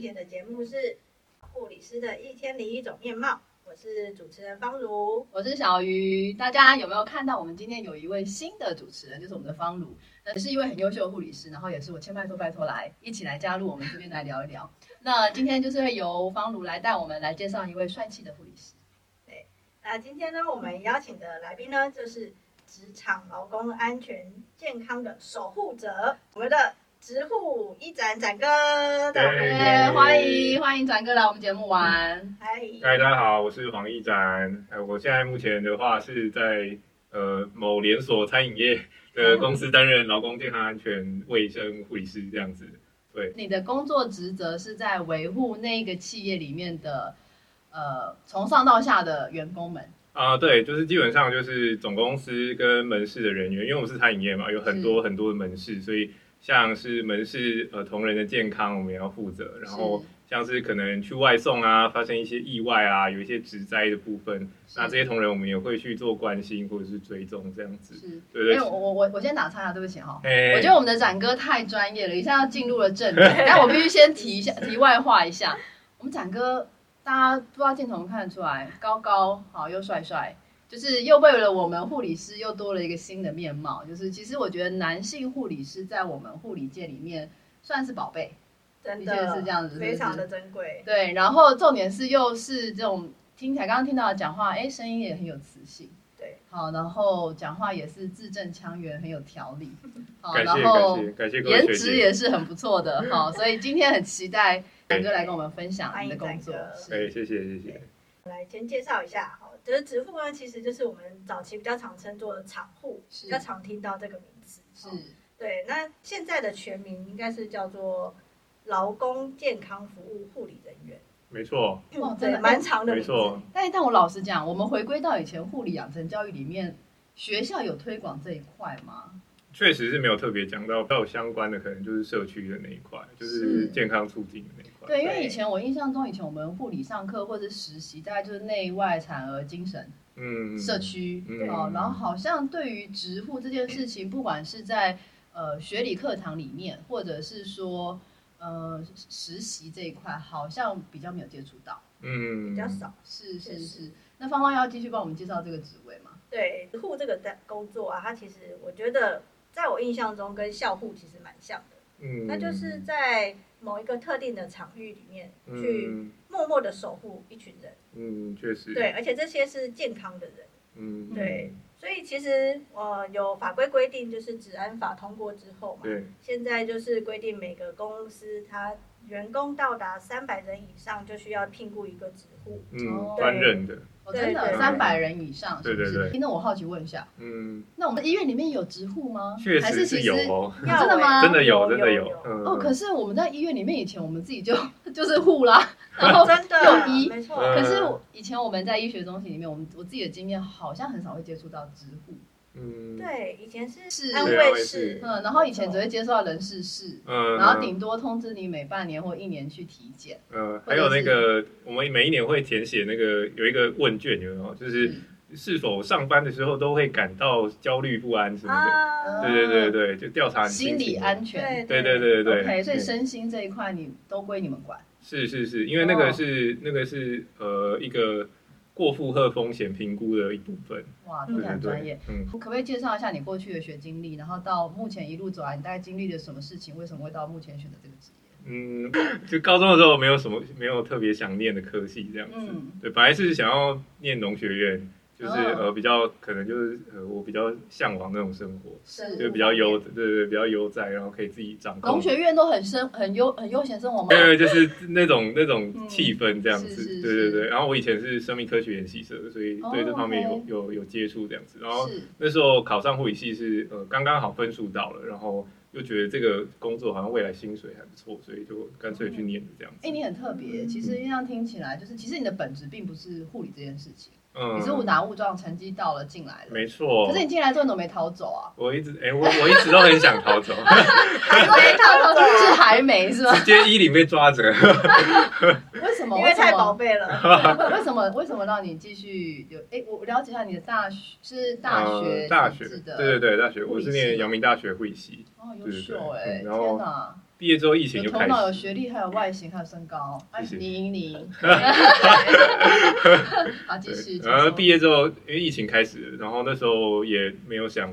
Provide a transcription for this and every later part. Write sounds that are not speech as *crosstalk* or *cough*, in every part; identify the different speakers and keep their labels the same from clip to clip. Speaker 1: 见的节目是《护理师的一千零一种面貌》，我是主持人方如。
Speaker 2: 我是小鱼，大家有没有看到我们今天有一位新的主持人，就是我们的方如，那是一位很优秀的护理师，然后也是我千拜托拜托来一起来加入我们这边来聊一聊。那今天就是会由方如来带我们来介绍一位帅气的护理师。
Speaker 1: 那今天呢，我们邀请的来宾呢，就是职场劳工安全健康的守护者，我们的职护一展展哥。
Speaker 3: 对
Speaker 2: 哎耶欢迎欢迎展哥来我们节目玩。
Speaker 1: 嗨，
Speaker 3: 嗨，大家好，我是黄奕展。呃，我现在目前的话是在呃某连锁餐饮业的公司担任劳工健康安全卫生护理师这样子。
Speaker 2: 你的工作职责是在维护那个企业里面的，呃，从上到下的员工们。
Speaker 3: 啊、对，就是基本上就是总公司跟门市的人员，因为我们是餐饮业嘛，有很多很多的门市，所以像是门市呃同仁的健康，我们也要负责，然后像是可能去外送啊，发生一些意外啊，有一些职灾的部分，
Speaker 2: 是
Speaker 3: 那这些同仁我们也会去做关心或者是追踪这样子，
Speaker 2: 是，
Speaker 3: 对
Speaker 2: 因
Speaker 3: 不对
Speaker 2: 哎为？我我我我先打岔啊，对不起哈、
Speaker 3: 哎
Speaker 2: 我觉得我们的展哥太专业了，一下要进入了
Speaker 3: *laughs*
Speaker 2: 正题。但我必须先提一下，题外话一下，我们展哥大家不知道镜头看得出来，高高好又帅帅，就是又为了我们护理师又多了一个新的面貌。就是其实我觉得男性护理师在我们护理界里面算是宝贝，
Speaker 1: 真
Speaker 2: 的确
Speaker 1: 的
Speaker 2: 是这样子
Speaker 1: 非常
Speaker 2: 是不
Speaker 1: 的珍贵。
Speaker 2: 对。然后重点是又是这种听起来刚刚听到的讲话，哎，声音也很有磁性。
Speaker 1: 对，
Speaker 2: 好，然后讲话也是字正腔圆，很有条理。好，
Speaker 3: 感
Speaker 2: 啊然
Speaker 3: 谢
Speaker 2: 后
Speaker 3: 感谢感谢各位
Speaker 2: 颜
Speaker 3: 学嗯
Speaker 2: 值
Speaker 3: 姐，
Speaker 2: 也是很不错的哈、所以今天很期待展哥来跟我们分享
Speaker 1: 欢
Speaker 2: 你
Speaker 1: 迎
Speaker 2: 的工作
Speaker 1: 展哥。
Speaker 3: 哎，
Speaker 2: 是
Speaker 3: 谢谢谢谢，
Speaker 1: 来先介绍一下，好，就是职护呢，其实就是我们早期比较常称作的厂护，
Speaker 2: 是
Speaker 1: 比较常听到这个名字。
Speaker 2: 是
Speaker 1: 哦对，那现在的全名应该是叫做劳工健康服务护理人员，
Speaker 3: 没错
Speaker 2: 哦真
Speaker 1: 对，
Speaker 2: 的
Speaker 1: 蛮长的
Speaker 3: 没
Speaker 1: 名字。
Speaker 3: 错，
Speaker 2: 但但我老实讲，我们回归到以前护理养成教育里面，学校有推广这一块吗？
Speaker 3: 确实是没有特别讲到，比较有相关的可能就是社区的那一块，就是
Speaker 2: 是
Speaker 3: 健康促进的那一块，
Speaker 2: 对，因为
Speaker 1: 对
Speaker 2: 以前我印象中，以前我们护理上课或者实习，大概就是内外产儿精神。
Speaker 3: 嗯，
Speaker 2: 社区、
Speaker 3: 嗯
Speaker 2: 哦，然后好像对于植护这件事情，不管是在呃学理课堂里面，或者是说呃实习这一块，好像比较没有接触到。
Speaker 3: 嗯
Speaker 1: 比较少。
Speaker 2: 是
Speaker 1: 确
Speaker 2: 是
Speaker 1: 实
Speaker 2: 是，那芳芳要继续帮我们介绍这个职位吗？
Speaker 1: 对，护这个在工作啊，它其实我觉得，在我印象中跟校护其实蛮像的，
Speaker 3: 嗯，
Speaker 1: 那就是在某一个特定的场域里面去
Speaker 3: 嗯
Speaker 1: 默默的守护一群人，
Speaker 3: 嗯，确实
Speaker 1: 对，，而且这些是健康的人。
Speaker 3: 嗯
Speaker 1: 对所以其实呃有法规规定，就是治安法通过之后嘛，
Speaker 3: 对
Speaker 1: 现在就是规定每个公司它员工到达三百人以上就需要聘雇一个职护。
Speaker 2: 哦
Speaker 3: 嗯，专任的，
Speaker 2: 哦，
Speaker 1: 对
Speaker 2: 真的
Speaker 1: 对
Speaker 2: 三百人以上，是不是
Speaker 3: 对对
Speaker 2: 诶那我好奇问一下，
Speaker 3: 嗯，那
Speaker 2: 那我们医院里面有植护吗？
Speaker 3: 确
Speaker 2: 还
Speaker 3: 实
Speaker 2: 其
Speaker 3: 是
Speaker 2: 实啊
Speaker 3: 有哦，
Speaker 1: 要
Speaker 2: 真的吗
Speaker 1: 欸
Speaker 3: 真的有，
Speaker 1: 有
Speaker 3: 真的
Speaker 1: 有
Speaker 3: 有
Speaker 1: 有，
Speaker 3: 嗯，
Speaker 2: 哦，可是我们在医院里面以前我们自己就 *laughs* 就是护
Speaker 3: *laughs*
Speaker 2: 啦，然 *laughs* 后
Speaker 1: 真的，
Speaker 2: 又一
Speaker 1: 没错，
Speaker 3: 嗯
Speaker 2: 可是我以前我们在医学中心里面，我们我自己的经验好像很少会接触到植护，
Speaker 3: 嗯，
Speaker 1: 对，以前是
Speaker 2: 是
Speaker 1: 安
Speaker 2: 对
Speaker 3: 安
Speaker 1: 慰
Speaker 3: 慰
Speaker 1: 室
Speaker 3: 室，
Speaker 2: 嗯，然后以前只会接触到人事室，
Speaker 3: 嗯，
Speaker 2: 然后顶多通知你每半年或一年去体检，
Speaker 3: 嗯，还有那个，我们每一年会填写那个有一个问卷，有没有？就是
Speaker 2: 嗯
Speaker 3: 是否上班的时候都会感到焦虑不安什么的？
Speaker 1: 啊，
Speaker 3: 对对对对，就调查你
Speaker 2: 心
Speaker 3: 心
Speaker 2: 理
Speaker 3: 情啊
Speaker 2: 安全。
Speaker 3: 对对对对
Speaker 2: OK，
Speaker 3: 对，
Speaker 2: 所以
Speaker 3: 嗯
Speaker 2: 身心这一块你都归你们管。
Speaker 3: 是是是，因为那个是那个是呃一个过负荷风险评估的一部分，
Speaker 2: 哇，
Speaker 1: 嗯
Speaker 2: 听
Speaker 3: 对
Speaker 2: 起来
Speaker 3: 对
Speaker 2: 很专
Speaker 3: 对
Speaker 2: 业。，
Speaker 3: 嗯。
Speaker 2: 可不可以介绍一下你过去的学经历，然后到目前一路走来，你大概经历了什么事情？为什么会到目前选择这个职业？
Speaker 3: 嗯，就高中的时候没有什么没有特别想念的科系这样子，
Speaker 2: 嗯
Speaker 3: 对，本来是想要念农学院，就是、
Speaker 2: 哦
Speaker 3: 呃比较可能就是呃我比较向往那种生活，
Speaker 1: 是
Speaker 3: 就比较悠对对对比较悠哉，然后可以自己掌控
Speaker 2: 农，学院都很生很悠很悠闲生活吗？
Speaker 3: 对，就是那种那
Speaker 2: 嗯
Speaker 3: 种气氛这样子，
Speaker 2: 是是
Speaker 3: 对对
Speaker 2: 是
Speaker 3: 对。然后我以前是生命科学研习社，所以对这方面有、
Speaker 2: 哦，OK
Speaker 3: 有有接触这样子，然后
Speaker 2: 是
Speaker 3: 那时候考上护理系是呃刚刚好分数到了，然后又觉得这个工作好像未来薪水还不错，所以就干脆去念了这样子。
Speaker 2: 哎、你很特别。其实这样听起来，就是其实你的本质并不是护理这件事情，
Speaker 3: 嗯，
Speaker 2: 你是误打误撞成绩到了进来了。
Speaker 3: 没错。
Speaker 2: 可是你进来之后，你都没逃走啊？
Speaker 3: 我一直哎、我我一直都很想逃走， *laughs*
Speaker 2: 还没逃走，是还没是吧？
Speaker 3: 直接衣领被抓着。
Speaker 2: 为什么？
Speaker 1: 因为太宝
Speaker 2: 贝。
Speaker 1: 贝了，
Speaker 3: *laughs*
Speaker 2: 为什么？为什么让你继续留？哎，我了解一下你的大学是大学
Speaker 3: 呃大
Speaker 2: 体
Speaker 3: 学，
Speaker 2: 制的，
Speaker 3: 对对对，大学，
Speaker 2: 护
Speaker 3: 我
Speaker 2: 理系
Speaker 3: 是念阳明大学护理系，
Speaker 2: 哦，优
Speaker 3: 对对
Speaker 2: 秀
Speaker 3: 对
Speaker 2: 哎，
Speaker 3: 嗯然后
Speaker 2: 天哪！
Speaker 3: 毕业之后疫情
Speaker 2: 有
Speaker 3: 就
Speaker 2: 头
Speaker 3: 开
Speaker 2: 脑、有
Speaker 3: 始，
Speaker 2: 学历，还有外形，还有身高。哎，
Speaker 3: 谢谢
Speaker 2: 你赢，
Speaker 3: *laughs*
Speaker 2: 你赢。好，继续。
Speaker 3: 然后呃毕业之后因为疫情开始了，然后那时候也没有想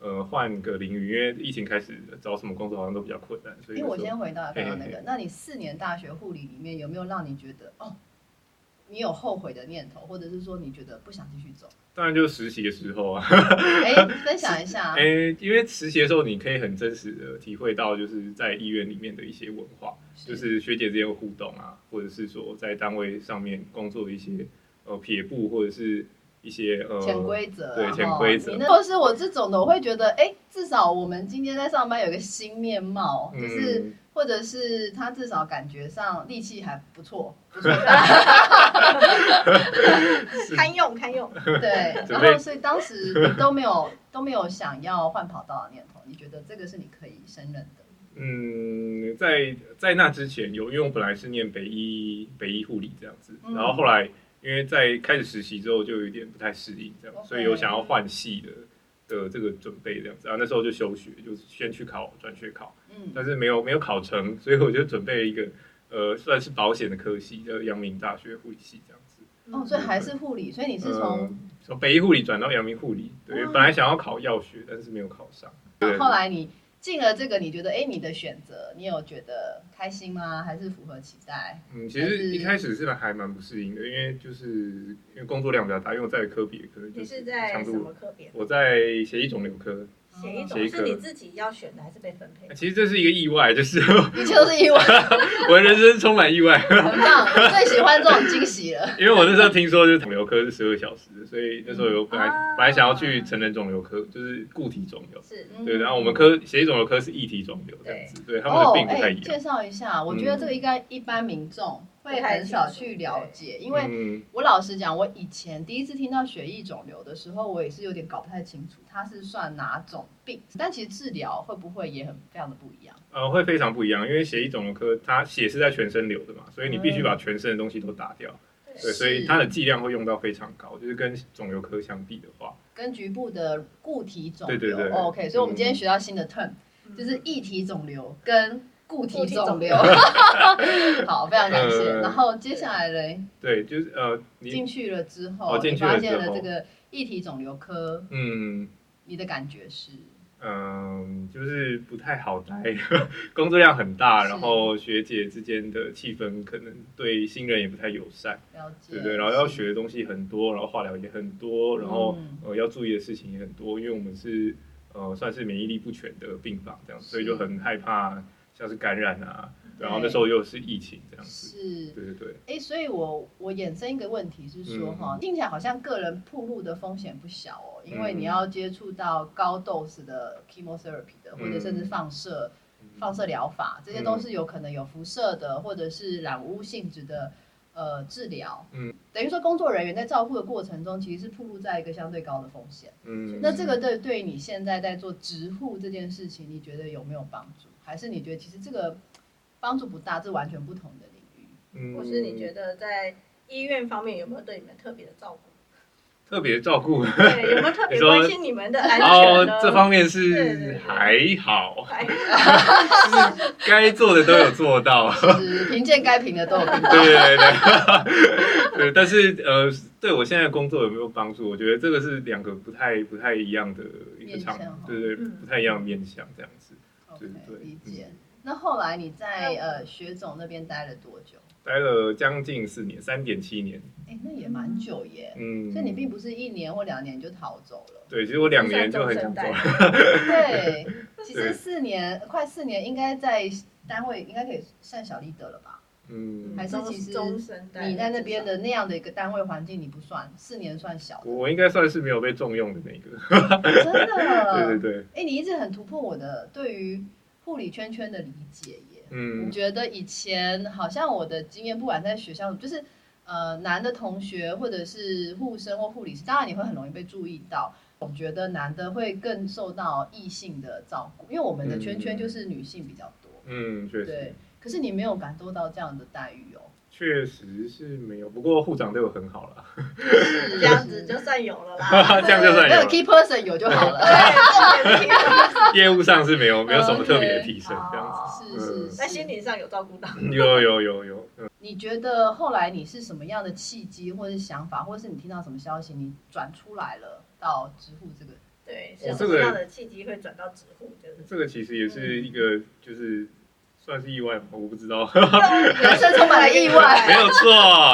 Speaker 3: 呃换个领域，因为疫情开始找什么工作好像都比较困难，所以
Speaker 2: 因为我
Speaker 3: 那时候
Speaker 2: 先回到刚刚那
Speaker 3: 嘿嘿
Speaker 2: 个，那你四年大学护理里面有没有让你觉得哦，你有后悔的念头，或者是说你觉得不想继续走？
Speaker 3: 当然就实习的时候啊，
Speaker 2: 哎，分享一
Speaker 3: *laughs*
Speaker 2: 下。
Speaker 3: 诶、因为实习的时候你可以很真实的体会到就是在医院里面的一些文化，就是学姐之间的互动啊，或者是说在单位上面工作的一些呃撇步，或者是一些呃
Speaker 2: 潜规则啊，
Speaker 3: 对
Speaker 2: 哈
Speaker 3: 潜规则
Speaker 2: 你那或是我这种的，我会觉得，哎，至少我们今天在上班有个新面貌，
Speaker 3: 嗯
Speaker 2: 就是或者是他至少感觉上力气还不错，
Speaker 1: 堪用堪用。
Speaker 3: *laughs*
Speaker 2: 对。
Speaker 3: 准
Speaker 2: 然
Speaker 3: 备
Speaker 2: 后所以当时你都没有都没有想要换跑道的念头，你觉得这个是你可以胜任的？
Speaker 3: 嗯，在在那之前有，因为我本来是念北医北医护理这样子，
Speaker 2: 嗯
Speaker 3: 然后后来因为在开始实习之后就有一点不太适应这样
Speaker 2: OK
Speaker 3: 所以有想要换系的的这个准备这样子啊，那时候就休学，就是先去考转学考，
Speaker 2: 嗯，
Speaker 3: 但是没有没有考成，所以我就准备了一个呃算是保险的科系，叫阳明大学护理系这样子。
Speaker 1: 嗯
Speaker 2: 哦，所以还是护理，所以你是从
Speaker 3: 呃、从北医护理转到阳明护理，对，
Speaker 2: 哇
Speaker 3: 本来想要考药学，但是没有考上。对，
Speaker 2: 哦后来你进了这个，你觉得，哎，你的选择，你有觉得开心吗？还是符合期待？
Speaker 3: 嗯，其
Speaker 2: 还
Speaker 3: 实
Speaker 2: 是
Speaker 3: 一开始是还蛮不适应的，因为就是因为工作量比较大，因为我在的科别可能就
Speaker 1: 你是
Speaker 3: 是
Speaker 1: 在
Speaker 3: 强
Speaker 1: 什
Speaker 3: 度
Speaker 1: 么，科别？
Speaker 3: 我在血液肿瘤科。
Speaker 1: 写一
Speaker 3: 写
Speaker 1: 种
Speaker 3: 一个嗯
Speaker 1: 是你自己要选的，还是被分配的？
Speaker 3: 其实这是一个意外，就是 *laughs*
Speaker 2: 一切都是意外，
Speaker 3: 我的人生充满意外， *laughs*
Speaker 2: 很棒，我最喜欢这种惊喜了。
Speaker 3: 因为我那时候听说就是肿瘤科是十二小时的，所以那时候有本来、
Speaker 1: 啊
Speaker 3: 本来想要去成人肿瘤科，就是固体肿瘤。
Speaker 1: 是
Speaker 3: 对，然后我们
Speaker 2: 嗯
Speaker 3: 科血液肿瘤科是异体肿瘤这样子，对他们的
Speaker 2: 哦，
Speaker 3: 病不
Speaker 2: 哎，
Speaker 3: 太一样。嗯
Speaker 2: 介绍一下，我觉得这个应该一般民众会很少去了解，因为
Speaker 3: 嗯
Speaker 2: 我老实讲，我以前第一次听到血液肿瘤的时候，我也是有点搞不太清楚它是算哪种病，但其实治疗会不会也很非常的不一样？
Speaker 3: 呃会非常不一样，因为血液肿瘤科它血是在全身流的嘛，所以你
Speaker 1: 嗯
Speaker 3: 必须把全身的东西都打掉。对，
Speaker 2: 是
Speaker 3: 所以它的剂量会用到非常高，就是跟肿瘤科相比的话，
Speaker 2: 跟局部的固体肿瘤
Speaker 3: 对对对嗯
Speaker 2: o k 所以我们今天学到新的 term，、就是异体肿瘤跟固体肿瘤。 *laughs* 好，非常感谢。
Speaker 3: 嗯
Speaker 2: 然后接下来嘞，
Speaker 3: 对，就是呃，
Speaker 2: 进
Speaker 3: 你
Speaker 2: 去了之后，
Speaker 3: 哦进
Speaker 2: 你
Speaker 3: 去了
Speaker 2: 发现
Speaker 3: 之
Speaker 2: 了
Speaker 3: 后
Speaker 2: 这个异体肿瘤科，
Speaker 3: 嗯
Speaker 2: 你的感觉是？
Speaker 3: 嗯、就是不太好待， *laughs* 工作量很大，
Speaker 2: 是
Speaker 3: 然后学姐之间的气氛可能对新人也不太友善，
Speaker 2: 了解，
Speaker 3: 对不对？然后要学的东西很多，然后化疗也很多，然后、
Speaker 2: 嗯
Speaker 3: 呃要注意的事情也很多，因为我们是呃算是免疫力不全的病房这样，
Speaker 2: 是
Speaker 3: 所以就很害怕像是感染啊，
Speaker 1: 对
Speaker 3: 然后那时候又是疫情这样子，
Speaker 2: 是，
Speaker 3: 对对对。
Speaker 2: 哎，所以我我衍生一个问题是说
Speaker 3: 嗯
Speaker 2: 哈，听起来好像个人铺路的风险不小哦，因为
Speaker 3: 嗯
Speaker 2: 你要接触到高 dose 的 chemotherapy 的，或者甚至
Speaker 3: 嗯
Speaker 2: 放射放射疗法，这些都
Speaker 3: 嗯
Speaker 2: 是有可能有辐射的，或者是染污性质的。呃，治疗，
Speaker 3: 嗯，
Speaker 2: 等于说工作人员在照顾的过程中，其实是暴露在一个相对高的风险。
Speaker 3: 嗯，
Speaker 2: 那这个对对于你现在在做植护这件事情，你觉得有没有帮助？还是你觉得其实这个帮助不大，这完全不同的领域？
Speaker 3: 嗯，
Speaker 1: 或是你觉得在医院方面有没有对你们特别的照顾？
Speaker 3: 特别照顾
Speaker 1: 对，有没有特别
Speaker 3: 你说
Speaker 1: 关心你们的安全
Speaker 3: 哦
Speaker 1: 呢？，
Speaker 3: 这方面
Speaker 1: 对对对
Speaker 3: 是还好，
Speaker 1: 哎
Speaker 3: 就是该做的都有做到，
Speaker 2: 就是评鉴该评的都有评
Speaker 3: 对对对，对， *laughs* 但是呃，对我现在的工作有没有帮助？我觉得这个是两个不太不太一样的一个场
Speaker 2: 面向哦，
Speaker 3: 对对，
Speaker 1: 嗯
Speaker 3: 不太一样的面向这样子，对
Speaker 2: OK，
Speaker 3: 对，
Speaker 2: 理
Speaker 3: 嗯
Speaker 2: 解。那后来你在呃学总那边待了多久？
Speaker 3: 待了将近四年，三点七年。
Speaker 2: 哎，那也蛮久耶。
Speaker 3: 嗯，。
Speaker 2: 所以你并不是一年或两年就逃走了
Speaker 3: *laughs* 对，其实我两年就很想走
Speaker 1: 算中
Speaker 3: 了。
Speaker 1: 生代
Speaker 2: 对，其实
Speaker 3: 对
Speaker 2: 四年快四年，应该在单位应该可以算小 leader 了吧？
Speaker 3: 嗯，
Speaker 2: 还是
Speaker 1: 中
Speaker 2: 其实
Speaker 1: 中生代
Speaker 2: 你在那边的那样的一个单位环境，你不算四年算小的
Speaker 3: 我，我应该算是没有被重用的那个。
Speaker 2: *laughs* 真
Speaker 3: 对
Speaker 2: 的。
Speaker 3: 对对，
Speaker 2: 哎，你一直很突破我的对于护理圈圈的理解耶。我
Speaker 3: 嗯
Speaker 2: 觉得以前好像我的经验，不管在学校，就是呃男的同学或者是护生或护理师，当然你会很容易被注意到。总觉得男的会更受到异性的照顾，因为我们的圈圈就是女性比较多，
Speaker 3: 嗯，确实
Speaker 2: 对。可是你没有感受到这样的待遇哦，
Speaker 3: 确实是没有，不过护长对我很好
Speaker 2: *laughs*
Speaker 3: 了，
Speaker 1: 这样子就算有了啦。
Speaker 3: *laughs* 这样就算
Speaker 2: 没有
Speaker 3: 有了。
Speaker 2: key person 有就好了。
Speaker 1: 对，重点是
Speaker 3: *laughs* 业务上是没有没有什么特别的提升，这样子。
Speaker 1: 哦
Speaker 2: 是
Speaker 3: 嗯
Speaker 2: 是
Speaker 1: 在
Speaker 2: 是，
Speaker 1: 心灵上有照顾到。
Speaker 3: 有有有有，
Speaker 2: 你觉得后来你是什么样的契机，或者是想法，或者是你听到什么消息，你转出来了到直户这个？
Speaker 1: 对，
Speaker 3: 哦
Speaker 1: 是什
Speaker 3: 这个
Speaker 1: 么样的契机会转到直户？就是
Speaker 3: 这个其实也是一个就是算是意外吧，我不知道，
Speaker 2: *laughs* 人生充满了意外。
Speaker 3: 没有错，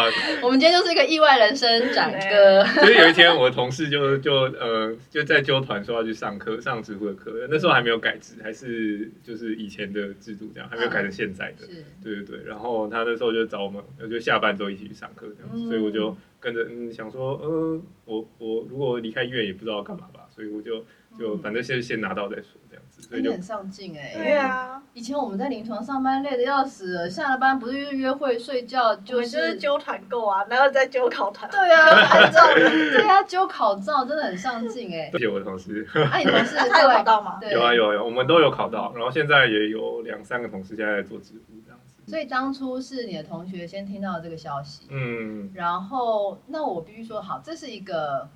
Speaker 2: *laughs* 我们今天就是一个意外人生展哥，
Speaker 3: 就是有一天，我的同事就就呃就在纠团说要去上课，上直呼的课。那时候还没有改制，还是就是以前的制度这样，还没有
Speaker 2: 嗯
Speaker 3: 改成现在的。
Speaker 2: 是
Speaker 3: 对对对。然后他那时候就找我们，我就下班之后一起去上课这样子，
Speaker 2: 嗯
Speaker 3: 所以我就跟着嗯想说，呃，我我如果离开医院也不知道要干嘛吧，所以我就就
Speaker 2: 嗯
Speaker 3: 反正先先拿到再说这样子，所以
Speaker 2: 你
Speaker 3: 就
Speaker 2: 很上进哎、
Speaker 1: 对啊，
Speaker 2: 以前我们在临床上班累得要死了，下了班不是约会睡觉
Speaker 1: 我
Speaker 2: 就
Speaker 1: 们就是
Speaker 2: 是。
Speaker 1: 揪团购啊，然后再揪考团。
Speaker 2: 对啊，考照， *laughs* 对啊，揪考照真的很上进
Speaker 3: *laughs*
Speaker 2: 哎、
Speaker 3: 谢谢我的同事，
Speaker 2: 啊，你同事
Speaker 1: 那他有
Speaker 2: 后来
Speaker 1: 考到吗？
Speaker 2: 对
Speaker 3: *laughs* 有啊有啊有啊，我们都有考到，然后现在也有两三个同事现在在做直呼这样子。
Speaker 2: 所以当初是你的同学先听到这个消息，
Speaker 3: 嗯，
Speaker 2: 然后那我必须说好，这是一个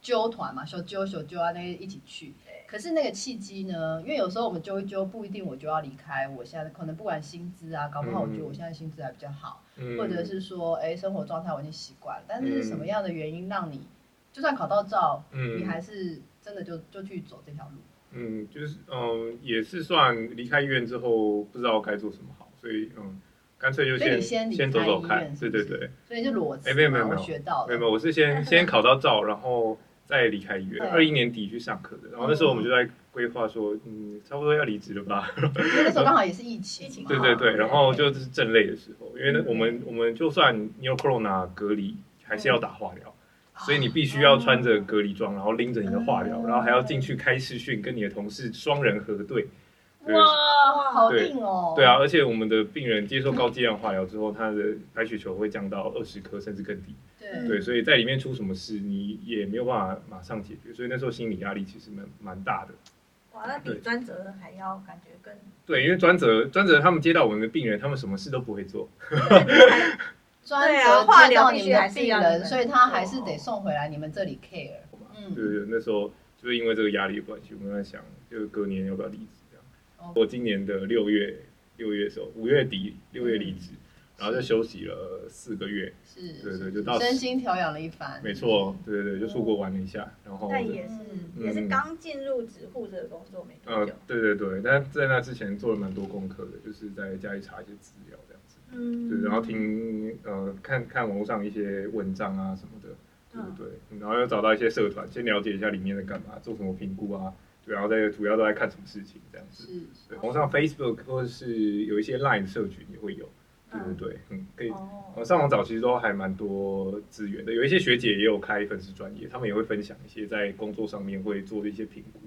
Speaker 2: 揪团嘛，说揪手揪啊，那一起去。可是那个契机呢？因为有时候我们揪一揪，不一定我就要离开。我现在可能不管薪资啊，搞不好我觉得我现在薪资还比较好，
Speaker 3: 嗯
Speaker 2: 或者是说，哎，生活状态我已经习惯了。但是是什么样的原因让你，就算考到照，
Speaker 3: 嗯
Speaker 2: 你还是真的就就去走这条路？
Speaker 3: 嗯，就是嗯，也是算离开医院之后不知道该做什么好，所以嗯，干脆就
Speaker 2: 所以
Speaker 3: 先
Speaker 2: 你先离开
Speaker 3: 走走
Speaker 2: 医
Speaker 3: 看，
Speaker 2: 院
Speaker 3: 对
Speaker 2: 是不
Speaker 3: 对
Speaker 2: 是
Speaker 3: 对，
Speaker 2: 所以就裸辞嘛，
Speaker 3: 哎没有没有没
Speaker 2: 我
Speaker 3: 有
Speaker 2: 学到
Speaker 3: 没有
Speaker 2: 了，
Speaker 3: 没有，我
Speaker 2: *laughs*
Speaker 3: 是先先考到照，然后再离开医院，二
Speaker 2: 对
Speaker 3: 一年底去上课的，然后那时候我们就在规划说，嗯，差不多要离职
Speaker 2: *laughs*
Speaker 3: 了吧，
Speaker 2: 因为那时候刚好也是疫情
Speaker 1: 疫
Speaker 2: 嘛，
Speaker 1: 情
Speaker 3: 对对
Speaker 2: 啊
Speaker 3: 对，然后就是正累的时候，因为
Speaker 2: 嗯
Speaker 3: 呢我们我们就算你有 corona 隔离，还是要打化疗。所以你必须要穿着隔离装，然后拎着你的化疗，
Speaker 2: 嗯
Speaker 3: 然后还要进去开视讯，跟你的同事双人核对，对
Speaker 2: 哇，好硬哦，
Speaker 3: 对啊，，而且我们的病人接受高剂量化疗之后，他的白血球会降到二十颗甚至更低。
Speaker 2: 对
Speaker 3: 对，所以在里面出什么事，你也没有办法马上解决，所以那时候心理压力其实蛮蛮大的。
Speaker 1: 哇，那比专责还要感觉更
Speaker 3: 对，因为专责专责他们接到我们的病人，他们什么事都不会做。
Speaker 2: 专责接到你们的病人，所以他还是得送回来你们这里 care。嗯，
Speaker 3: 对对，那时候就是因为这个压力的关系，我们在想，就是隔年要不要离职这样。
Speaker 2: 哦
Speaker 3: 我今年的六月六月的时候，五月底六月离职，然后就休息了四个月。
Speaker 2: 是，
Speaker 3: 对对，
Speaker 2: 是
Speaker 3: 就到
Speaker 2: 身心调养了一番，
Speaker 3: 没错，对对对，就出国玩了一下，然后
Speaker 1: 但也是、
Speaker 2: 嗯
Speaker 1: 也是刚进入职护这个工作没多
Speaker 3: 呃
Speaker 1: 久，，
Speaker 3: 对对对，但在那之前做了蛮多功课的，就是在家里查一些资料这样子，
Speaker 1: 嗯，
Speaker 3: 呃对，然后听呃看看网络上一些文章啊什么的，
Speaker 1: 嗯
Speaker 3: 对对对，然后又找到一些社团，先了解一下里面在干嘛，做什么评估啊，对，然后再主要都在看什么事情这样子，
Speaker 2: 是
Speaker 3: 对，网上 Facebook 或者是有一些 Line 社群也会有，对对对，嗯，可以。
Speaker 1: 哦，
Speaker 3: 呃，上网早其实都还蛮多资源的，有一些学姐也有开粉丝专业，他们也会分享一些在工作上面会做的一些评估，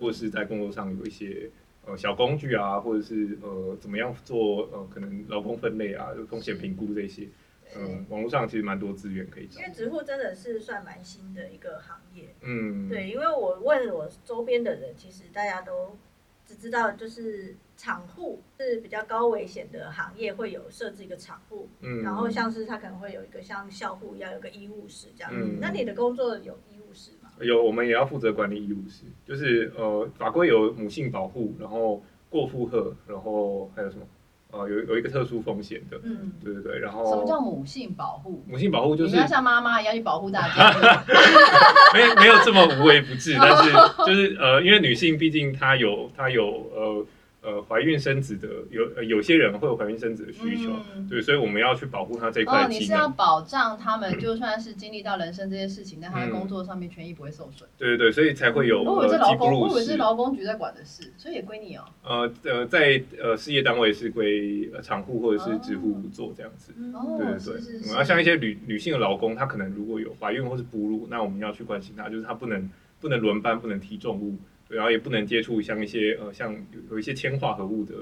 Speaker 3: 或者是在工作上有一些呃小工具啊，或者是呃怎么样做呃可能劳工分类啊、风险评估这些，嗯、
Speaker 2: 是
Speaker 3: 网络上其实蛮多资源可以找
Speaker 1: 因。为职护真的是算蛮新的一个行业，
Speaker 3: 嗯，
Speaker 1: 对，因为我问我周边的人，其实大家都只知道就是厂户是比较高危险的行业，会有设置一个厂户，
Speaker 3: 嗯，
Speaker 1: 然后像是他可能会有一个像校护一样，有个医务室这样。
Speaker 3: 嗯
Speaker 1: 那你的工作有医务室吗？
Speaker 3: 有我们也要负责管理义务师，就是呃法规有母性保护，然后过负荷，然后还有什么呃有有一个特殊风险的，
Speaker 1: 嗯，
Speaker 3: 对对对，然后
Speaker 2: 什么叫母性保护？
Speaker 3: 母性保护就
Speaker 2: 你
Speaker 3: 是
Speaker 2: 们要像妈妈一样去保护大家，
Speaker 3: 没没有这么无微不
Speaker 2: *laughs*
Speaker 3: 至，但是就是呃，因为女性毕竟她有她有呃呃怀孕生子的，有呃有些人会有怀孕生子的需求，
Speaker 2: 嗯
Speaker 3: 对，所以我们要去保护她这一块
Speaker 2: 哦，
Speaker 3: 的
Speaker 2: 你
Speaker 3: 技
Speaker 2: 是
Speaker 3: 能，
Speaker 2: 要保障他们，就算是经历到人生这些事情，但他在
Speaker 3: 嗯
Speaker 2: 工作上面权益不会受损。
Speaker 3: 对对对，所以才会有
Speaker 2: 嗯我以为是
Speaker 3: 呃
Speaker 2: 劳
Speaker 3: 技不
Speaker 2: 工，我以
Speaker 3: 入
Speaker 2: 为是
Speaker 3: 室，
Speaker 2: 劳工局在管的事，所以也归你哦。
Speaker 3: 呃呃，在呃事业单位是归呃厂户或者是职户做这样子。
Speaker 1: 嗯
Speaker 2: 哦
Speaker 3: 对对
Speaker 2: 是
Speaker 3: 对，
Speaker 2: 是
Speaker 3: 我
Speaker 2: 是
Speaker 3: 们要像一些女女性的劳工，她可能如果有怀孕或是哺乳，那我们要去关心她，就是她不能不能轮班，不能提重物，对，然后也不能接触像一些呃像有有一些铅化合物的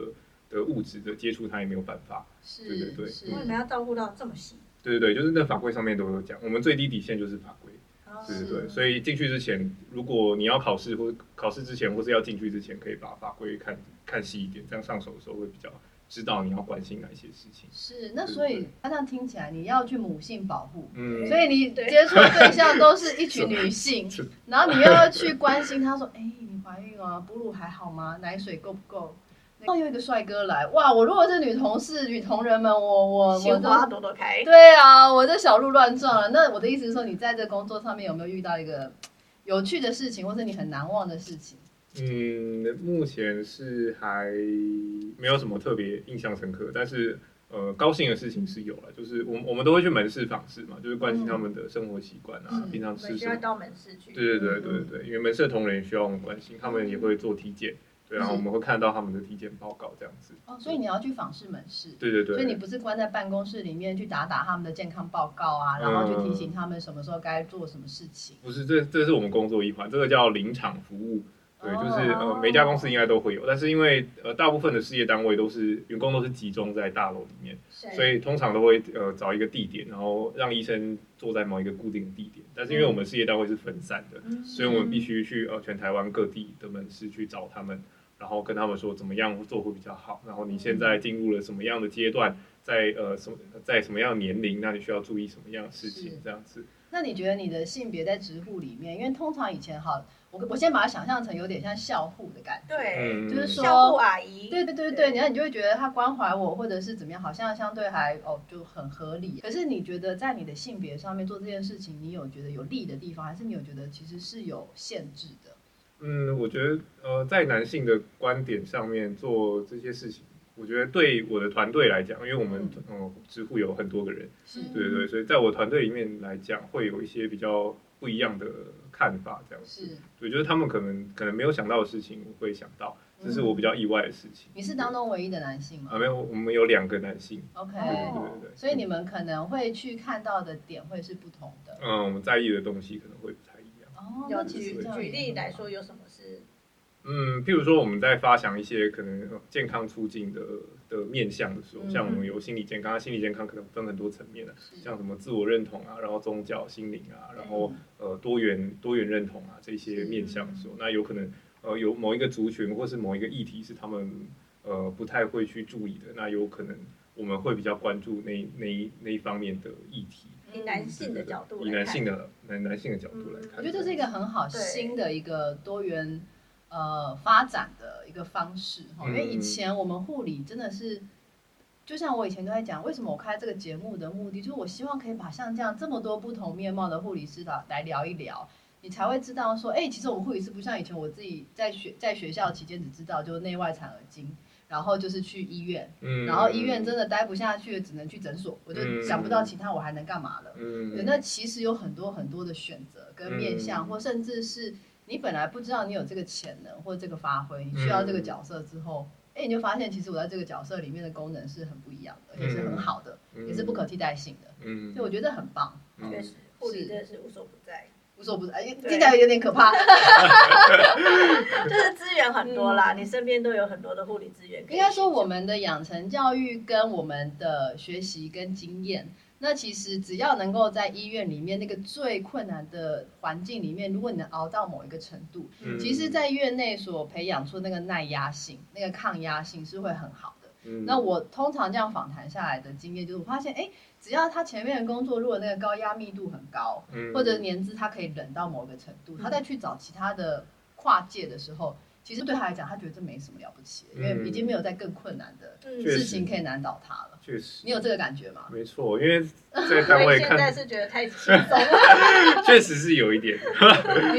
Speaker 3: 的物质的接触，她也没有办法。对对
Speaker 2: 是
Speaker 3: 对
Speaker 2: 是
Speaker 1: 为，什么要照顾到这么细？
Speaker 3: 对对对，就是那法规上面都有讲，我们最低底线就是法规。
Speaker 1: 哦
Speaker 3: 对对对，
Speaker 2: 是
Speaker 3: 所以进去之前，如果你要考试或考试之前，或是要进去之前，可以把法规看看细一点，这样上手的时候会比较知道你要关心哪些事情。
Speaker 2: 是，那所以那这样听起来，你要去母性保护，
Speaker 3: 嗯，
Speaker 2: 所以你
Speaker 1: 对
Speaker 2: 接触对象都是一群女性
Speaker 3: 是，
Speaker 2: 然后你又要去关心她说：“哎、你怀孕了、哺乳还好吗？奶水够不够？”然后又一个帅哥来，哇！我如果是女同事、女同仁们，我我我
Speaker 1: 心
Speaker 2: 都
Speaker 1: 花朵朵开。
Speaker 2: 对啊，我这小鹿乱撞了。那我的意思是说，你在这工作上面有没有遇到一个有趣的事情，或是你很难忘的事情？
Speaker 3: 嗯，目前是还没有什么特别印象深刻，但是呃，高兴的事情是有了，就是我们我们都会去门市访视嘛，就是关心他们的生活习惯啊，
Speaker 2: 嗯
Speaker 3: 平常
Speaker 1: 我
Speaker 3: 吃
Speaker 1: 们需
Speaker 3: 什么
Speaker 1: 要。到门市去。
Speaker 3: 对对对对对，因为门市的同仁也需要我们关心，他们也
Speaker 2: 嗯
Speaker 3: 会做体检，对，然后我们会看到他们的体检报告这样子。
Speaker 2: 哦，所以你要去访视门市，
Speaker 3: 对对
Speaker 2: 所以你
Speaker 3: 对，
Speaker 2: 不是关在办公室里面去打打他们的健康报告
Speaker 3: 嗯
Speaker 2: 啊，然后去提醒他们什么时候该做什么事情。
Speaker 3: 不是这这是我们工作一环，这个叫临场服务。对，就是
Speaker 2: 哦
Speaker 3: 呃，每家公司应该都会有，但是因为呃，大部分的事业单位都是员工都是集中在大楼里面，
Speaker 1: 是，
Speaker 3: 所以通常都会呃找一个地点，然后让医生坐在某一个固定的地点。但是因为我
Speaker 2: 嗯
Speaker 3: 们事业单位是分散的，
Speaker 1: 嗯
Speaker 3: 所以我们必须去呃全台湾各地的门市去找他们，然后跟他们说怎么样做会比较好。然后你现
Speaker 2: 嗯
Speaker 3: 在进入了什么样的阶段，在呃什么在什么样的年龄，那你需要注意什么样的事
Speaker 2: 是
Speaker 3: 情，这样子。
Speaker 2: 那你觉得你的性别在职护里面，因为通常以前哈，我我先把它想象成有点像校护的感觉，
Speaker 1: 对，
Speaker 3: 嗯，
Speaker 2: 就是说
Speaker 1: 校护阿姨，
Speaker 2: 对对对对，然后你就会觉得他关怀我，或者是怎么样，好像相对还哦就很合理。可是你觉得在你的性别上面做这件事情，你有觉得有利的地方，还是你有觉得其实是有限制的？
Speaker 3: 嗯，我觉得呃，在男性的观点上面做这些事情，我觉得对我的团队来讲，因为我们嗯，知乎有很多个人，
Speaker 2: 是
Speaker 1: 嗯
Speaker 3: 对对对，所以在我团队里面来讲，会有一些比较不一样的看法，这样子。
Speaker 2: 是，嗯
Speaker 3: 对，就是他们可能可能没有想到的事情，我会想到，这是我比较意外的事情。
Speaker 2: 嗯你是当中唯一的男性
Speaker 3: 啊，
Speaker 2: 吗
Speaker 3: 没有，我们有两个男性，
Speaker 2: ？OK，、
Speaker 3: 对对
Speaker 1: 哦
Speaker 3: 对对。
Speaker 2: 所以你们可能会去看到的点会是不同的。
Speaker 3: 嗯，我们在意的东西可能会不太一样。
Speaker 2: 哦，那
Speaker 1: 有
Speaker 2: 其
Speaker 1: 举
Speaker 2: 实这样
Speaker 1: 举例
Speaker 2: 也很好
Speaker 1: 来说，，有什么是
Speaker 3: 嗯，譬如说我们在发想一些可能呃健康促进的的面向的时候，
Speaker 2: 嗯
Speaker 3: 像我们有心理健康，心理健康可能分很多层面的、啊
Speaker 2: 是
Speaker 3: 像什么自我认同啊，然后宗教、心灵啊，然后
Speaker 2: 嗯
Speaker 3: 呃多元多元认同啊这些面向的时候，那有可能呃有某一个族群或是某一个议题是他们呃不太会去注意的，那有可能我们会比较关注那那一那一方面的议题，
Speaker 1: 以男性的
Speaker 3: 对对对
Speaker 1: 角度
Speaker 3: 以
Speaker 1: 来
Speaker 3: 男
Speaker 1: 看
Speaker 3: 性的男男性的角度来看，
Speaker 2: 嗯我觉得这是一个很好
Speaker 1: 对
Speaker 2: 新的一个多元呃发展的一个方式哈，因为以
Speaker 3: 嗯
Speaker 2: 前我们护理真的是，就像我以前都在讲，为什么我开这个节目的目的，就是我希望可以把像这样这么多不同面貌的护理师来来聊一聊。你才会知道说，哎、其实我们护理师不像以前我自己在学在学校期间只知道就是内外产儿经，然后就是去医院，
Speaker 3: 嗯，
Speaker 2: 然后医院真的待不下去，只能去诊所，我就
Speaker 3: 嗯
Speaker 2: 想不到其他我还能干嘛了。
Speaker 3: 嗯，
Speaker 2: 对，那其实有很多很多的选择跟面向，
Speaker 3: 嗯
Speaker 2: 或甚至是你本来不知道你有这个潜能或这个发挥，你去到
Speaker 3: 嗯
Speaker 2: 这个角色之后，哎、你就发现其实我在这个角色里面的功能是很不一样的，而且是很好的，也是不可替代性的。
Speaker 3: 嗯，
Speaker 2: 所以我觉得很棒，
Speaker 3: 嗯
Speaker 1: 确实护理真的是无所不
Speaker 2: *laughs*
Speaker 1: 在，
Speaker 2: 无所不在，哎
Speaker 1: 对
Speaker 2: 听起来有点可怕。 *laughs*
Speaker 1: 就是资源很多啦，你身边都有很多的护理资源可以选择。
Speaker 2: 应该说，我们的养成教育跟我们的学习跟经验，那其实只要能够在医院里面那个最困难的环境里面，如果你能熬到某一个程度，
Speaker 3: 嗯
Speaker 2: 其实，在院内所培养出那个耐压性、那个抗压性是会很好的。
Speaker 3: 嗯
Speaker 2: 那我通常这样访谈下来的经验，就是我发现，哎，只要他前面的工作如果那个高压密度很高，
Speaker 3: 嗯
Speaker 2: 或者年资他可以忍到某个程度，
Speaker 1: 嗯
Speaker 2: 他再去找其他的跨界的时候，其实对他来讲，他觉得这没什么了不起的，因为
Speaker 3: 嗯
Speaker 2: 已经没有再更困难的
Speaker 1: 嗯
Speaker 3: 确实
Speaker 2: 事情可以难倒他了。
Speaker 3: 确实
Speaker 2: 你有这个感觉吗？
Speaker 3: 没错，因为
Speaker 2: *laughs*
Speaker 3: 在单
Speaker 1: 所
Speaker 3: 位
Speaker 1: 以现在
Speaker 3: 看，
Speaker 1: 是觉得太轻松了，
Speaker 3: 确实是有一点。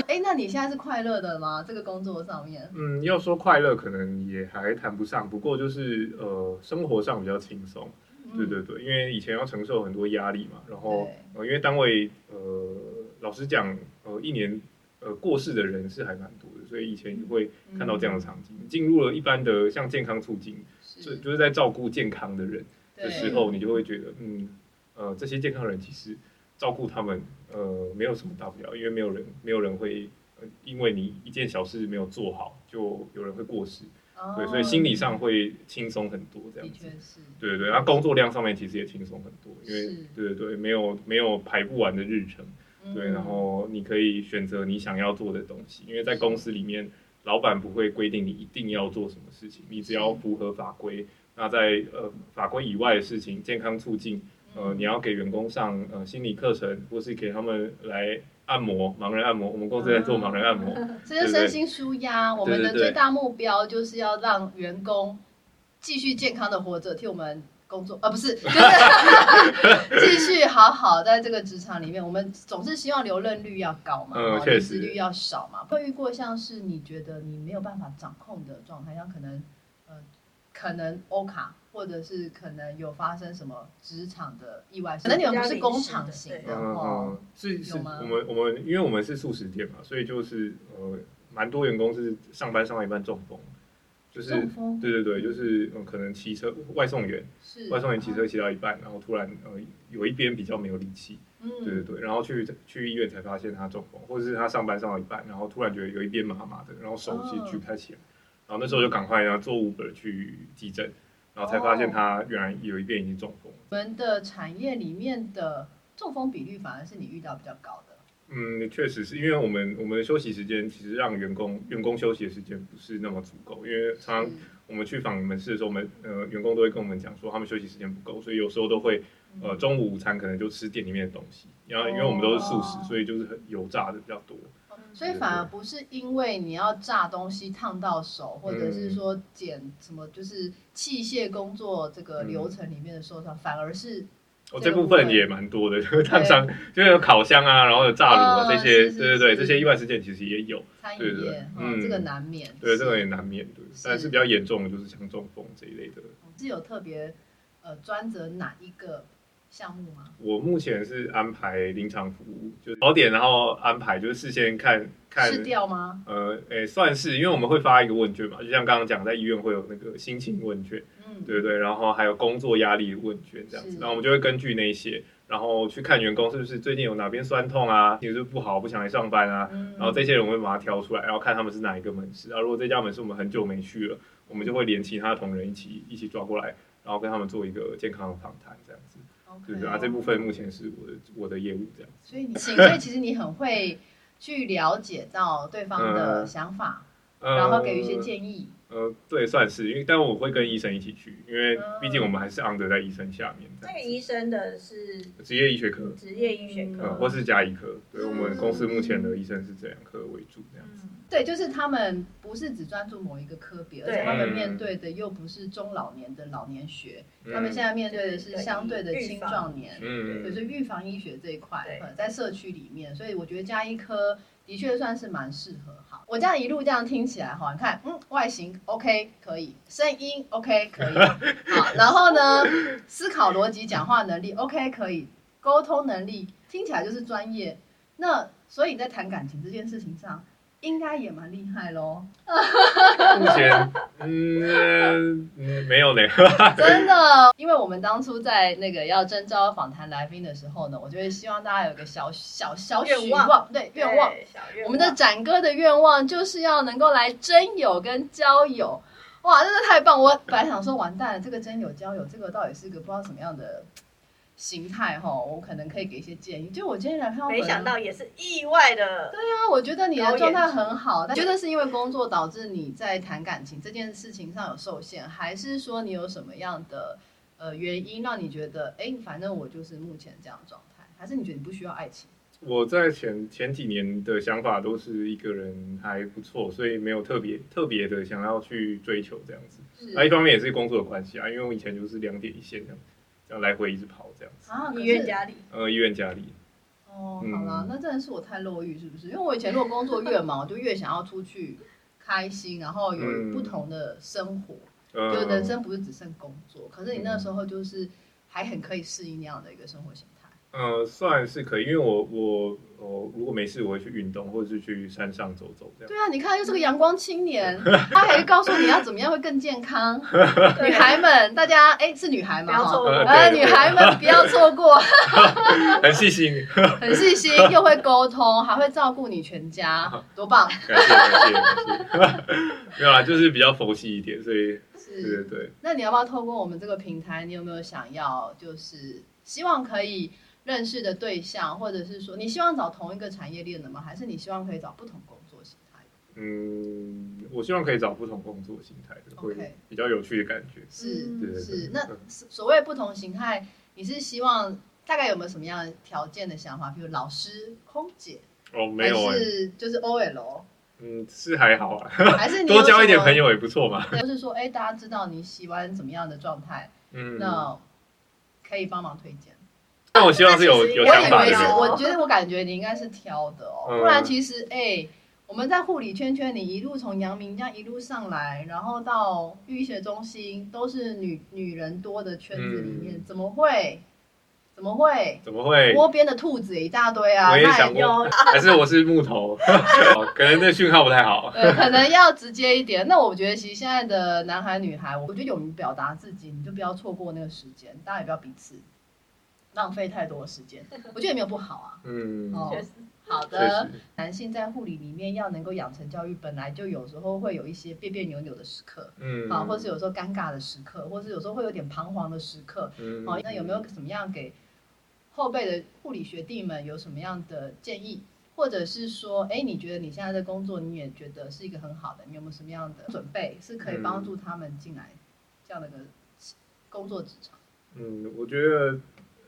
Speaker 2: 哎，那你现在是快乐的吗？这个工作上面，
Speaker 3: 嗯，要说快乐，可能也还谈不上，不过就是呃，生活上比较轻松。对对
Speaker 2: 嗯，
Speaker 3: 对，因为以前要承受很多压力嘛，然后
Speaker 2: 对，
Speaker 3: 呃，因为单位呃，老实讲，呃，一年呃过世的人是还蛮多的，所以以前也会看到这样的场景。进入了一般的像健康促进，就是就是在照顾健康的人。的时
Speaker 2: 对
Speaker 3: 候，你就会觉得，嗯，呃，这些健康人其实照顾他们，呃，没有什么大不了，因为没有人，没有人会，呃因为你一件小事没有做好，就有人会过世，对，所以心理上会轻松很多，这
Speaker 2: 哦的
Speaker 3: 样子
Speaker 2: 确。是。
Speaker 3: 对对对，然后工作量上面其实也轻松很多，因为
Speaker 2: 是
Speaker 3: 对对对，没有没有排不完的日程，对，
Speaker 2: 嗯
Speaker 3: 然后你可以选择你想要做的东西，因为在公司里面，老板不会规定你一定要做什么事情，你只要符合法规，那在呃法规以外的事情，健康促进，呃，
Speaker 2: 嗯
Speaker 3: 你要给员工上呃心理课程，或是给他们来按摩，盲人按摩，我们公司在做盲人按摩，
Speaker 2: 这是身心舒压。我们的最大目标就是要让员工继续健康的活着，替我们工作，呃，不是，就是 *laughs* 继续好好在这个职场里面。我们总是希望留任率要高嘛，
Speaker 3: 嗯
Speaker 2: 然后
Speaker 3: 确
Speaker 2: 离
Speaker 3: 实
Speaker 2: 职率要少嘛。会遇过像是你觉得你没有办法掌控的状态，像可能呃，可能欧卡。或者是可能有发生什么职场的意外，可能你们不是工厂型
Speaker 1: 比
Speaker 2: 的
Speaker 1: 较
Speaker 3: 嗯
Speaker 2: 哦，
Speaker 3: 嗯，是是，
Speaker 2: 有吗
Speaker 3: 我们我们因为我们是素食店嘛，所以就是呃，蛮多员工是上班上到一半中风，就是
Speaker 2: 中风
Speaker 3: 对对对，就是、呃、可能骑车外送员，
Speaker 2: 是
Speaker 3: 外送员骑车骑到一半，然后突然呃有一边比较没有力气，
Speaker 2: 嗯，
Speaker 3: 对对对，然后去去医院才发现他中风，或者是他上班上到一半，然后突然觉得有一边麻麻的，然后手其实举不太起来，然后那时候就赶快然后坐 Uber 去急诊，然后才发现他原来有一边已经中风。
Speaker 2: 我们的产业里面的中风比率反而是你遇到比较高的，
Speaker 3: 嗯，确实是因为我们我们的休息时间其实让员工员工休息的时间不是那么足够，因为常常
Speaker 2: 嗯
Speaker 3: 我们去访门市的时候，我们呃员工都会跟我们讲说他们休息时间不够，所以有时候都会呃
Speaker 2: 嗯
Speaker 3: 中午午餐可能就吃店里面的东西，然后因为我们都是素食，
Speaker 2: 哦
Speaker 3: 所以就是很油炸的比较多。
Speaker 2: 所以反而不是因为你要炸东西烫到手，或者
Speaker 3: 嗯
Speaker 2: 是说剪什么，就是器械工作这
Speaker 3: 嗯
Speaker 2: 个流程里面的受伤，反而是
Speaker 3: 哦，
Speaker 2: 这
Speaker 3: 这
Speaker 2: 个
Speaker 3: 部
Speaker 2: 部分
Speaker 3: 分也蛮多的，就是烫伤，就是有烤箱啊，然后有炸炉啊、
Speaker 2: 哦
Speaker 3: 这些，
Speaker 2: 是是
Speaker 3: 对对对，
Speaker 2: 是
Speaker 3: 这些意外事件其实也有，
Speaker 2: 餐
Speaker 3: 对
Speaker 2: 饮
Speaker 3: 对
Speaker 2: 业，
Speaker 3: 嗯
Speaker 2: 嗯，这个难免。
Speaker 3: 对，这个也难免，对，
Speaker 2: 是
Speaker 3: 但是比较严重的就是像中风这一类的。
Speaker 2: 是有特别呃专责哪一个项目吗？
Speaker 3: 我目前是安排临场服务，就是早点，然后安排就是事先看看
Speaker 2: 吃掉吗？
Speaker 3: 呃，诶，算是，因为我们会发一个问卷嘛，就像刚刚讲，在医院会有那个心情问卷，
Speaker 2: 嗯，
Speaker 3: 对对，然后还有工作压力问卷这样子
Speaker 2: 是，
Speaker 3: 然后我们就会根据那一些，然后去看员工是不是最近有哪边酸痛啊，情绪不好，不想来上班啊，
Speaker 2: 嗯，
Speaker 3: 然后这些人我们会把它挑出来，然后看他们是哪一个门市啊，如果这家门市我们很久没去了，我们就会连其他同仁一起一起抓过来，然后跟他们做一个健康的访谈这样子，对对
Speaker 2: OK
Speaker 3: 啊，这部分目前是我的我的业务这样。
Speaker 2: 所以你，所以其实你很会去了解到对方的
Speaker 3: 嗯
Speaker 2: 想法，然后给予一些
Speaker 3: 呃
Speaker 2: 建议。
Speaker 3: 呃，对，算是，因为但我会跟医生一起去，因为
Speaker 2: 嗯
Speaker 3: 毕竟我们还是 under 在医生下面这
Speaker 1: 这个
Speaker 3: 样
Speaker 1: 医生的是
Speaker 3: 子，职业医学科，
Speaker 1: 职业医学
Speaker 2: 嗯
Speaker 3: 呃，
Speaker 1: 科，
Speaker 3: 嗯或是加医科，对我们
Speaker 1: 嗯
Speaker 3: 公司目前的医生是这两科为主这样子。
Speaker 1: 嗯，
Speaker 2: 对，就是他们不是只专注某一个科别，而
Speaker 1: 对
Speaker 2: 且他们
Speaker 3: 嗯
Speaker 2: 面对的又不是中老年的老年学，
Speaker 3: 嗯
Speaker 2: 他们现在面对的是相对的
Speaker 1: 对
Speaker 2: 青壮年，
Speaker 3: 嗯，
Speaker 2: 对，所以预防医学这一块
Speaker 1: 对，
Speaker 2: 呃，在社区里面，所以我觉得加医科的确算是蛮适合。好，我这样一路这样听起来哈，你看，嗯，外形 OK 可以，声音 OK 可以，
Speaker 1: *laughs*
Speaker 2: 好，然后呢，思考逻辑、讲话能力 OK 可以，沟通能力听起来就是专业。那所以你在谈感情这件事情上，应该也蛮厉害喽，
Speaker 3: 目前，嗯，嗯没有呢， *laughs*
Speaker 1: 啊
Speaker 2: 真的。因为我们当初在那个要征招访谈来宾的时候呢，我就会希望大家有个小小小许
Speaker 1: 愿望
Speaker 2: 望，对
Speaker 1: 对
Speaker 2: 愿望。，
Speaker 1: 小愿望
Speaker 2: 我们的展哥的愿望就是要能够来真友跟交友，哇，真的太棒！我本来想说，完蛋了，这个真友交友这个到底是个不知道什么样的形态哈，我可能可以给一些建议。就我今天来看到本
Speaker 1: 没
Speaker 2: 人，
Speaker 1: 想到也是意外的，
Speaker 2: 对啊，我觉得你的状态很好，但
Speaker 1: 高颜值
Speaker 2: 觉得是因为工作导致你在谈感情这件事情上有受限，还是说你有什么样的呃原因让你觉得，哎，反正我就是目前这样的状态，还是你觉得你不需要爱情？
Speaker 3: 我在前前几年的想法都是一个人还不错，所以没有特别特别的想要去追求这样子。啊
Speaker 2: 是
Speaker 3: 那一方面也是工作的关系啊，因为我以前就是两点一线这样，这样来回一直跑这样子。
Speaker 2: 啊，可
Speaker 1: 医
Speaker 2: 是
Speaker 1: 院家里
Speaker 3: 呃，医院家里，
Speaker 2: 哦，
Speaker 3: 嗯
Speaker 2: 好啦，那真的是我太肉欲是不是？因为我以前如果工作越忙，我就越想要出去开心，然后有
Speaker 3: 嗯
Speaker 2: 不同的生活，
Speaker 3: 呃，
Speaker 2: 就人生不是只剩工作。可是你
Speaker 3: 嗯
Speaker 2: 那时候就是还很可以适应那样的一个生活形态。
Speaker 3: 呃，算是可以，因为我我我如果没事，我会去运动，或者是去山上走走这样。
Speaker 2: 对啊，你看又是个阳光青
Speaker 3: *laughs*
Speaker 2: 年，他还告诉你要怎么样会更健康。女孩们，大家哎是女孩
Speaker 1: 不
Speaker 2: 嘛
Speaker 1: 要
Speaker 2: 哈，
Speaker 1: 错过，
Speaker 2: 哎
Speaker 3: 呃对
Speaker 2: 女孩
Speaker 3: *laughs*
Speaker 2: 们不要错过，啊
Speaker 3: 很细心，
Speaker 2: 很细心，又会沟通，还会照顾你全家，
Speaker 3: *laughs*
Speaker 2: 多棒！
Speaker 3: 感谢感谢感谢。没 *laughs* 有啦，就是比较佛系一点，所以对
Speaker 2: 是
Speaker 3: 对。对，
Speaker 2: 那你要不要透过我们这个平台，你有没有想要就是希望可以认识的对象，或者是说你希望找同一个产业链的吗？还是你希望可以找不同工作形态？
Speaker 3: 嗯，我希望可以找不同工作形态的，会
Speaker 2: OK
Speaker 3: 比较有趣的感觉。
Speaker 2: 是
Speaker 3: 对对
Speaker 2: 是
Speaker 3: 对，
Speaker 2: 那
Speaker 3: 嗯
Speaker 2: 所所谓不同形态，你是希望大概有没有什么样的条件的想法？比如老师、空姐，
Speaker 3: 哦，没有
Speaker 2: 还
Speaker 3: 哎、
Speaker 2: 是就是
Speaker 3: *laughs*
Speaker 2: OL，
Speaker 3: 嗯，是还好啊，
Speaker 2: 还是你
Speaker 3: 多交一点朋
Speaker 2: *laughs* 友，
Speaker 3: 友也不错嘛。
Speaker 2: 就是说，哎、大家知道你喜欢怎么样的状态，
Speaker 3: 嗯，
Speaker 2: 那可以帮忙推荐。
Speaker 3: 但我希望是有有
Speaker 2: 我
Speaker 1: 那
Speaker 3: 想
Speaker 1: 其
Speaker 2: 以
Speaker 1: 实
Speaker 2: 为
Speaker 3: 法的
Speaker 2: 是，
Speaker 1: 有
Speaker 3: 人。
Speaker 2: 我觉得我感觉你应该是挑的哦，
Speaker 3: 嗯
Speaker 2: 不然其实哎、我们在护理圈圈，你一路从阳明这样一路上来，然后到育学中心，都是女女人多的圈子里面，
Speaker 3: 嗯
Speaker 2: 怎么会？怎么会？
Speaker 3: 怎么会？
Speaker 2: 窝边的兔子也一大堆啊，
Speaker 3: 我也
Speaker 2: 那
Speaker 3: 想
Speaker 1: 有
Speaker 3: 过，还是我是木头， *laughs* 哦可能那讯号不太好。
Speaker 2: 对，可能要直接一点。那我觉得其实现在的男孩女孩，我觉得勇于表达自己，你就不要错过那个时间，大家也不要彼此浪费太多的时间。我觉得也没有不好啊。
Speaker 3: 嗯，
Speaker 2: 哦
Speaker 1: 确实
Speaker 2: 好
Speaker 3: 确
Speaker 2: 的，
Speaker 3: 实，
Speaker 2: 男性在护理里面要能够养成教育，本来就有时候会有一些别别扭扭的时刻，
Speaker 3: 嗯，
Speaker 2: 啊，或是有时候尴尬的时刻，或是有时候会有点彷徨的时刻，
Speaker 3: 嗯，
Speaker 2: 啊，那有没有什么样给后辈的护理学弟们有什么样的建议，或者是说，哎，你觉得你现在的工作你也觉得是一个很好的，你有没有什么样的准备是可以帮助他们进来这样的一个工作职场？
Speaker 3: 嗯，我觉得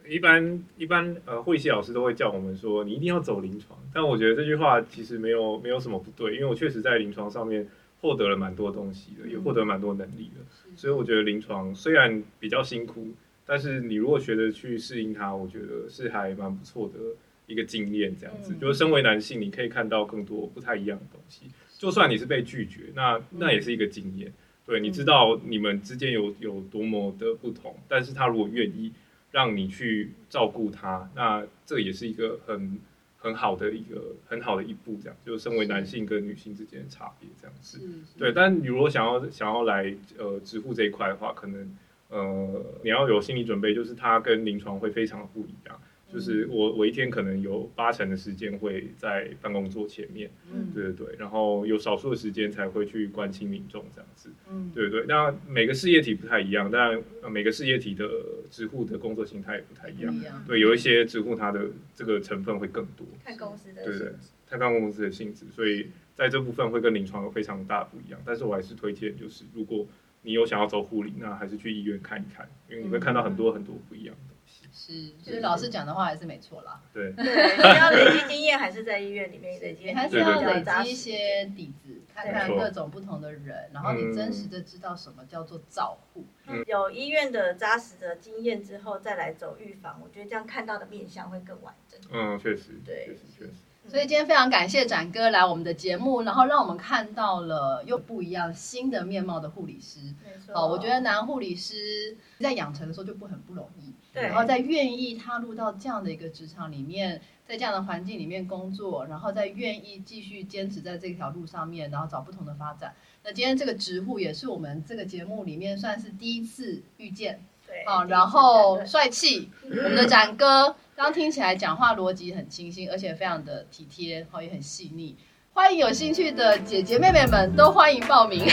Speaker 3: 一般一般呃，会系老师都会叫我们说你一定要走临床，但我觉得这句话其实没有没有什么不对，因为我确实在临床上面获得了蛮多东西的，也获得蛮多能力的，所以我觉得临床虽然比较辛苦，但是你如果学着去适应它，我觉得是还蛮不错的一个经验。这样子，
Speaker 2: 嗯
Speaker 3: 就是身为男性，你可以看到更多不太一样的东西，就算你是被拒绝，那那也是一个经验。对，你知道你们之间有有多么的不同，但是他如果愿意让你去照顾他，那这也是一个很很好的一个很好的一步，这样就是身为男性跟女性之间的差别，这样子。
Speaker 2: 是，
Speaker 3: 对，但你如果想要想要来呃直护这一块的话，可能呃你要有心理准备，就是它跟临床会非常的不一样。就是我我一天可能有八成的时间会在办公桌前面，
Speaker 2: 嗯
Speaker 3: 对对对，然后有少数的时间才会去关心民众这样子，
Speaker 2: 嗯，
Speaker 3: 对对对。那每个事业体不太一样，但呃每个事业体的直护的工作形态也不太一样。
Speaker 2: 一样，
Speaker 3: 对，有一些直护它的这个成分会更多。
Speaker 1: 看公司的
Speaker 3: 对
Speaker 1: 性
Speaker 3: 对
Speaker 1: 质，
Speaker 3: 太办公室的性质，所以在这部分会跟临床有非常大的不一样。但是我还是推荐，就是如果你有想要走护理，那还是去医院看一看，因为你会看到很多很多不一样的东西。
Speaker 2: 是，所以老师讲的话还是没错啦。
Speaker 3: 对，
Speaker 1: 对，你要累积经验还是在医院里面累积，
Speaker 2: *laughs* 你还是
Speaker 3: 对
Speaker 2: 要
Speaker 3: 对
Speaker 2: 累
Speaker 1: 比较扎
Speaker 2: 积一
Speaker 1: 实
Speaker 2: 些底子，看看
Speaker 3: 没错
Speaker 2: 各种不同的人，然后你真实的知道什么叫做照护。
Speaker 3: 嗯
Speaker 1: 有医院的扎实的经验之后，再来走预防，我觉得这样看到的面相会更完整。
Speaker 3: 嗯，确实，
Speaker 1: 对
Speaker 3: 确实，确实，
Speaker 1: 嗯
Speaker 2: 所以今天非常感谢展哥来我们的节目，然后让我们看到了又不一样新的面貌的护理师。
Speaker 1: 没错，
Speaker 3: 啊
Speaker 2: 哦，我觉得男护理师在养成的时候就不很不容易，
Speaker 1: 对
Speaker 2: 然后在愿意踏入到这样的一个职场里面，在这样的环境里面工作，然后再愿意继续坚持在这条路上面，然后找不同的发展。那今天这个职护也是我们这个节目里面算是第一次遇见
Speaker 1: 对
Speaker 2: 啊，然后
Speaker 1: 对
Speaker 2: 帅气，我们的展哥刚听起来讲话逻辑很清新，而且非常的体贴，好也很细腻。欢迎有兴趣的姐姐妹妹们都欢迎报名。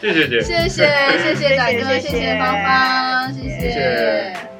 Speaker 3: 谢谢姐。
Speaker 2: 谢谢谢谢展哥，
Speaker 1: 谢
Speaker 2: 谢
Speaker 1: 谢
Speaker 2: 谢芳芳，谢
Speaker 1: 谢
Speaker 3: 谢
Speaker 2: 谢。